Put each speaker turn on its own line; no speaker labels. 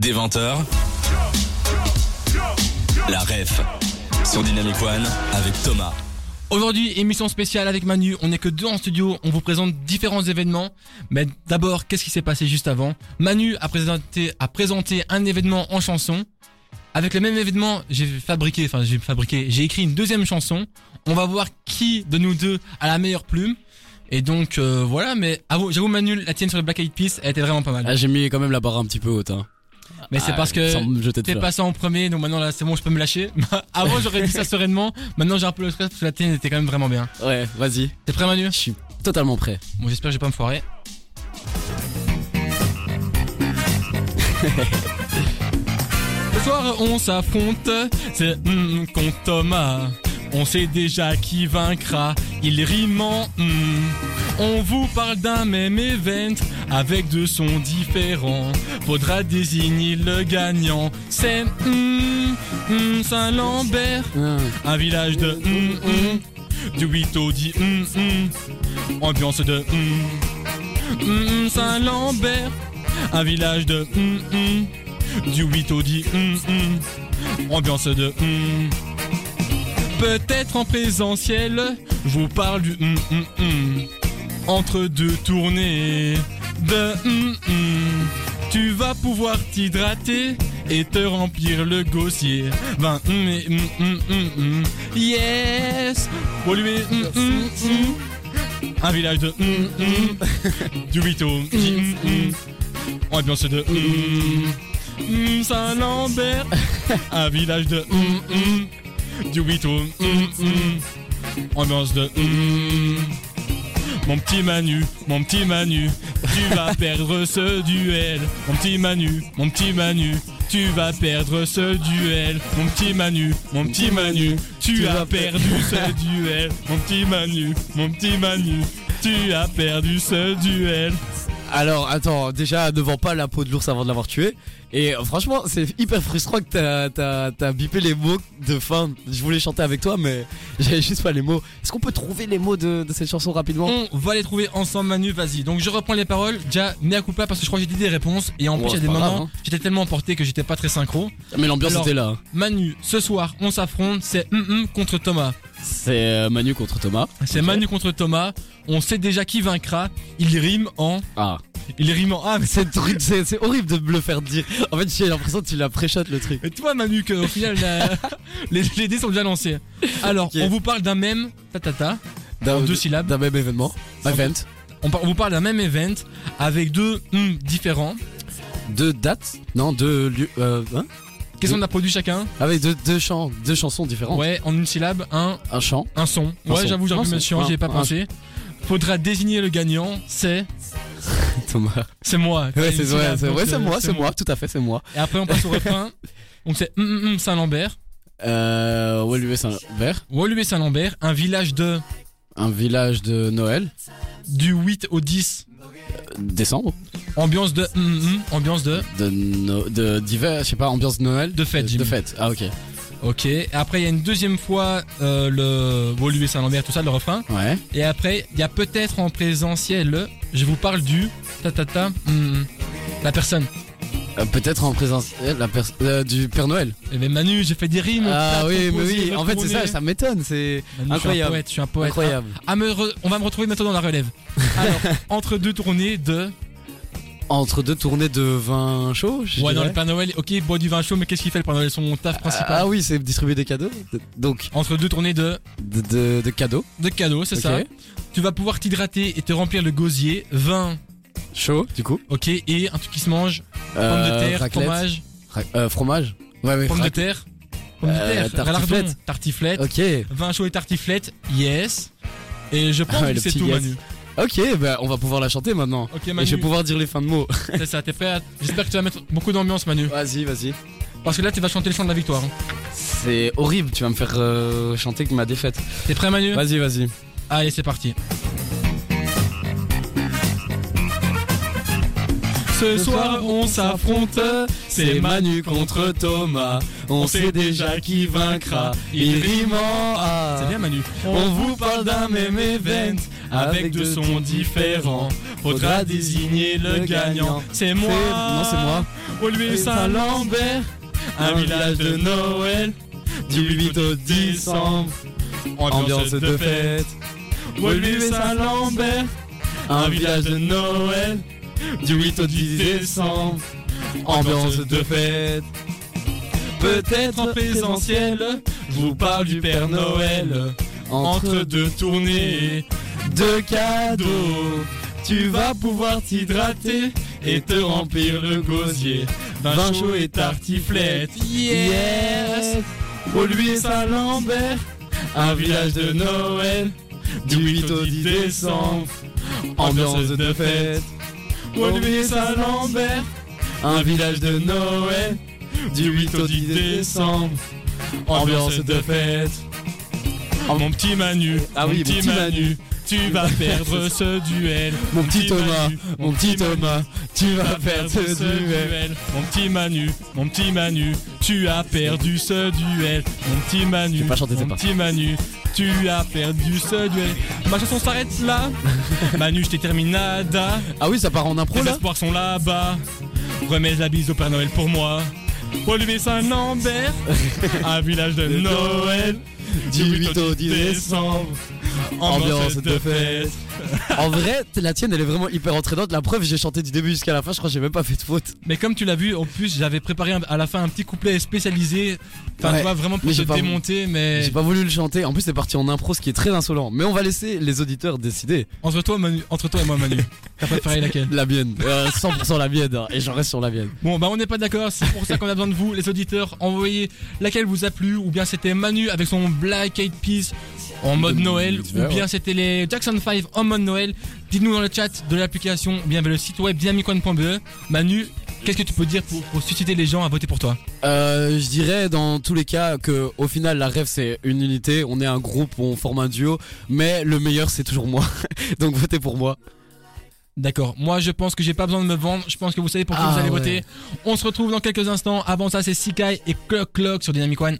Des 20h, la ref sur Dynamic One avec Thomas.
Aujourd'hui, émission spéciale avec Manu. On n'est que deux en studio. On vous présente différents événements. Mais d'abord, qu'est-ce qui s'est passé juste avant Manu a présenté, a présenté un événement en chanson. Avec le même événement, j'ai fabriqué, enfin j'ai fabriqué, j'ai écrit une deuxième chanson. On va voir qui de nous deux a la meilleure plume. Et donc euh, voilà, mais avoue- j'avoue Manu, la tienne sur le Black Eyed Peas, elle était vraiment pas mal.
Ah, j'ai mis quand même la barre un petit peu haute. Hein.
Mais c'est
Ah,
parce que
Sans me jeter de
t'es
fleurs.
passé en premier, donc maintenant là c'est bon, je peux me lâcher. Avant j'aurais dit ça sereinement, maintenant j'ai un peu le stress parce que la tienne était quand même vraiment bien.
Ouais, vas-y.
T'es prêt Manu
Je suis totalement prêt.
Bon, j'espère que je vais pas me foirer. Ce soir, on s'affronte, c'est hum, hum, contre Thomas. On sait déjà qui vaincra, il rime en hum. On vous parle d'un même event avec deux sons différents. Faudra désigner le gagnant. C'est hum, hum, Saint-Lambert. Un village de hum hum, du 8 au 10 hum hum, ambiance de hum hum hum, Saint-Lambert. Un village de hum hum, du 8 au 10 hum hum, ambiance de hum. Peut-être en présentiel, je vous parle du hum hum hum. Entre deux tournées de hum hum, tu vas pouvoir t'hydrater et te remplir le gosier. Ben, hum, et hum, hum, hum, hum. yes, polluer, hum, hum, hum. un village de hum, hum. mm, du 8 au dix, hum, hum. ambiance de hum, hum. Saint-Lambert, un village de hum, hum. du 8 au hum, hum. ambiance de hum. Mon petit Manu, mon petit Manu, tu vas perdre ce duel. Mon petit Manu, mon petit Manu, tu vas perdre ce duel. Mon petit Manu, mon petit Manu, tu,
Tu
as
vas per-
perdu ce duel. Mon petit Manu, mon petit Manu, tu as perdu ce duel.
Alors, attends, déjà, ne vends pas la peau de l'ours avant de l'avoir tué. Et euh, franchement, c'est hyper frustrant que t'as, t'as, t'as bipé les mots de fin. Je voulais chanter avec toi, mais j'avais juste pas les mots. Est-ce qu'on peut trouver les mots de, de cette chanson rapidement
On va les trouver ensemble, Manu, vas-y. Donc je reprends les paroles. Déjà, mea culpa parce que je crois que j'ai dit des réponses. Et en
Ouais,
plus, il y a
c'est
des
pas
moments,
grave, hein.
j'étais tellement emporté que j'étais pas très synchro.
Ah, Mais l'ambiance
Alors-
était là. hein.
Manu, ce soir, on s'affronte, c'est hum hum contre Thomas.
C'est euh, Manu contre Thomas.
C'est
Ok.
Manu contre Thomas. On sait déjà qui vaincra. Il rime en.
Ah.
Il rime en A. Mais
C'est, truc, c'est, c'est horrible de me le faire dire. En fait, j'ai l'impression que tu l'as pré le truc.
mais tu vois, Manu, qu'au final, la- les, les dés sont déjà lancés. Alors,
Ok.
on vous parle d'un même. Ta ta ta.
D'un,
En deux syllabes.
d'un même événement. Event.
On, par- on vous parle d'un même event avec deux hum différents.
Deux dates. Non, deux lieux. Euh, hein
Qu'est-ce qu'on a produit chacun
Avec Ah, deux, deux chants, deux chansons différentes.
Ouais, en une syllabe, un,
Un chant.
un son.
Un
ouais,
son.
j'avoue, j'aurais
Un
pu
son.
me chiant, j'y ai pas
Un-
pensé. Faudra désigner le gagnant, c'est.
Thomas.
C'est moi.
Ouais, c'est
Une
ouais,
syllabe,
c'est
donc,
ouais,
euh,
c'est moi, c'est moi, tout à fait, c'est moi.
Et après, on passe au refrain. Donc, c'est hum hum hum Saint-Lambert.
Euh, Woluwe Saint-Lambert,
Woluwe Saint-Lambert, un village de.
un village de Noël,
Du 8 au 10.
euh, décembre,
Ambiance de hum, hum, ambiance de
de no- de d'hiver, je sais pas, ambiance de Noël.
De fête,
Euh,
Jimmy.
De fête. Ah ok.
OK. Et Après il y a une deuxième fois euh, le Woluwe Saint-Lambert tout ça le refrain
Ouais.
et après il y a peut-être en présentiel le- je vous parle du ta ta ta hum, hum, la personne.
Euh, Peut-être en présence euh, la pers- euh, du Père Noël.
Eh mais Manu, j'ai fait des rimes.
Ah
t'as
oui, mais
proposé
oui.
de
En fait, c'est ça,
tourner.
ça m'étonne. C'est
Manu, Je suis un
incroyable.
poète, je suis un poète.
incroyable.
Ah, me re- on va me retrouver maintenant dans la relève. Alors, entre deux tournées de
Entre deux tournées de vin chaud. je
Ouais, dans
dirais.
le Père Noël. OK, bois du vin chaud, mais qu'est-ce qu'il fait le Père Noël son taf principal
Ah oui, c'est distribuer des cadeaux. De- Donc
Entre deux tournées de
de, de, de cadeaux.
de cadeaux, c'est
Ok.
ça Tu vas pouvoir t'hydrater et te remplir le gosier, vin,
Chaud, du coup.
ok, et un truc qui se mange, pommes de
Euh,
terre,
raclette.
fromage,
Ra- euh, fromage. Ouais, ouais.
pommes de
rac-
terre, pommes
Euh,
de terre,
tartiflette. Euh.
lardons, tartiflette,
Ok,
vin chaud et tartiflette, yes. Et je pense
Ah ouais,
que
le
c'est
petit
tout,
yes.
Manu.
ok, bah on va pouvoir la chanter maintenant.
Ok,
Et je
Manu,
vais pouvoir dire les fins de mots.
c'est ça, t'es prêt à- J'espère que tu vas mettre beaucoup d'ambiance, Manu.
Vas-y, vas-y.
Parce que là, tu vas chanter le chant de la victoire. hein.
C'est horrible, tu vas me faire euh, chanter que ma défaite.
T'es prêt, Manu
Vas-y, vas-y.
Allez, c'est parti. Ce soir, on s'affronte. C'est Manu contre Thomas. On sait déjà qui vaincra. Il rime en A. C'est bien, Manu. On vous parle d'un même event. Avec deux sons différents. Faudra désigner le gagnant. C'est moi.
Non, c'est moi.
Au lieu Saint-Lambert. Un village de Noël.
Du 8 au 10
décembre. Ambiance de fête. Au lieu Saint-Lambert. Un village de Noël. Du 8 au 10 décembre, ambiance de fête. Peut-être en présentiel, je vous parle du Père Noël. Entre deux tournées, deux cadeaux, tu vas pouvoir t'hydrater et te remplir le gosier. Vin chaud et tartiflette, yes! Au lui Saint-Lambert, un village de Noël. Du 8 au 10 décembre, ambiance de fête. Olivier Saint-Lambert, un village de Noël, du 8 au 10 décembre, ambiance de fête. Oh mon petit Manu,
Ah
mon
oui,
petit, Manu, tu vas perdre ce duel.
Mon petit Thomas,
Manu,
mon petit Thomas, tu vas
tu vas
perdre ce duel.
Mon petit Manu, mon petit Manu, tu as perdu ce duel. Mon petit Manu,
Je vais pas chanter, c'est
mon
pas.
petit Manu, tu as perdu ce duel. Ma chanson s'arrête là. Manu, je t'ai terminada.
Ah oui, ça part en impro
Les
là
espoirs sont là-bas. Remets la bise au Père Noël pour moi. Olivier Saint-Lambert, un village de Noël.
Du 8 au 10 décembre.
décembre, ambiance de fête.
En vrai, t- la tienne elle est vraiment hyper entraînante. La preuve, j'ai chanté du début jusqu'à la fin, je crois que j'ai même pas fait de faute.
Mais comme tu l'as vu, en plus j'avais préparé un- à la fin un petit couplet spécialisé. Enfin,
Ouais.
tu vois, vraiment pour
Mais
te
j'ai pas-
démonter, mais
J'ai pas voulu le chanter. En plus, c'est parti en impro, ce qui est très insolent. Mais on va laisser les auditeurs décider.
entre toi, Manu- entre toi et moi, Manu, t'as préféré laquelle
La mienne. Euh, 100% la mienne. hein. Et j'en reste sur la mienne.
Bon, bah on n'est pas d'accord, c'est pour ça qu'on a besoin de vous, les auditeurs. Envoyez laquelle vous a plu, ou bien c'était Manu avec son Black Eyed Peas en mode
Mm,
Noël, ou bien c'était les Jackson 5 en mode Noël. Dites-nous dans le chat de l'application, ou bien vers le site web dynamicone.be. Manu, qu'est-ce que tu peux dire pour, pour susciter les gens à voter pour toi
Euh, je dirais dans tous les cas que au final la rêve c'est une unité, on est un groupe, on forme un duo, mais le meilleur c'est toujours moi. Donc votez pour moi.
D'accord, moi je pense que j'ai pas besoin de me vendre, je pense que vous savez pour qui
Ah
vous allez
ouais.
voter. On se retrouve dans quelques instants, avant ça c'est Sikai et Clock Clock sur Dynamic One.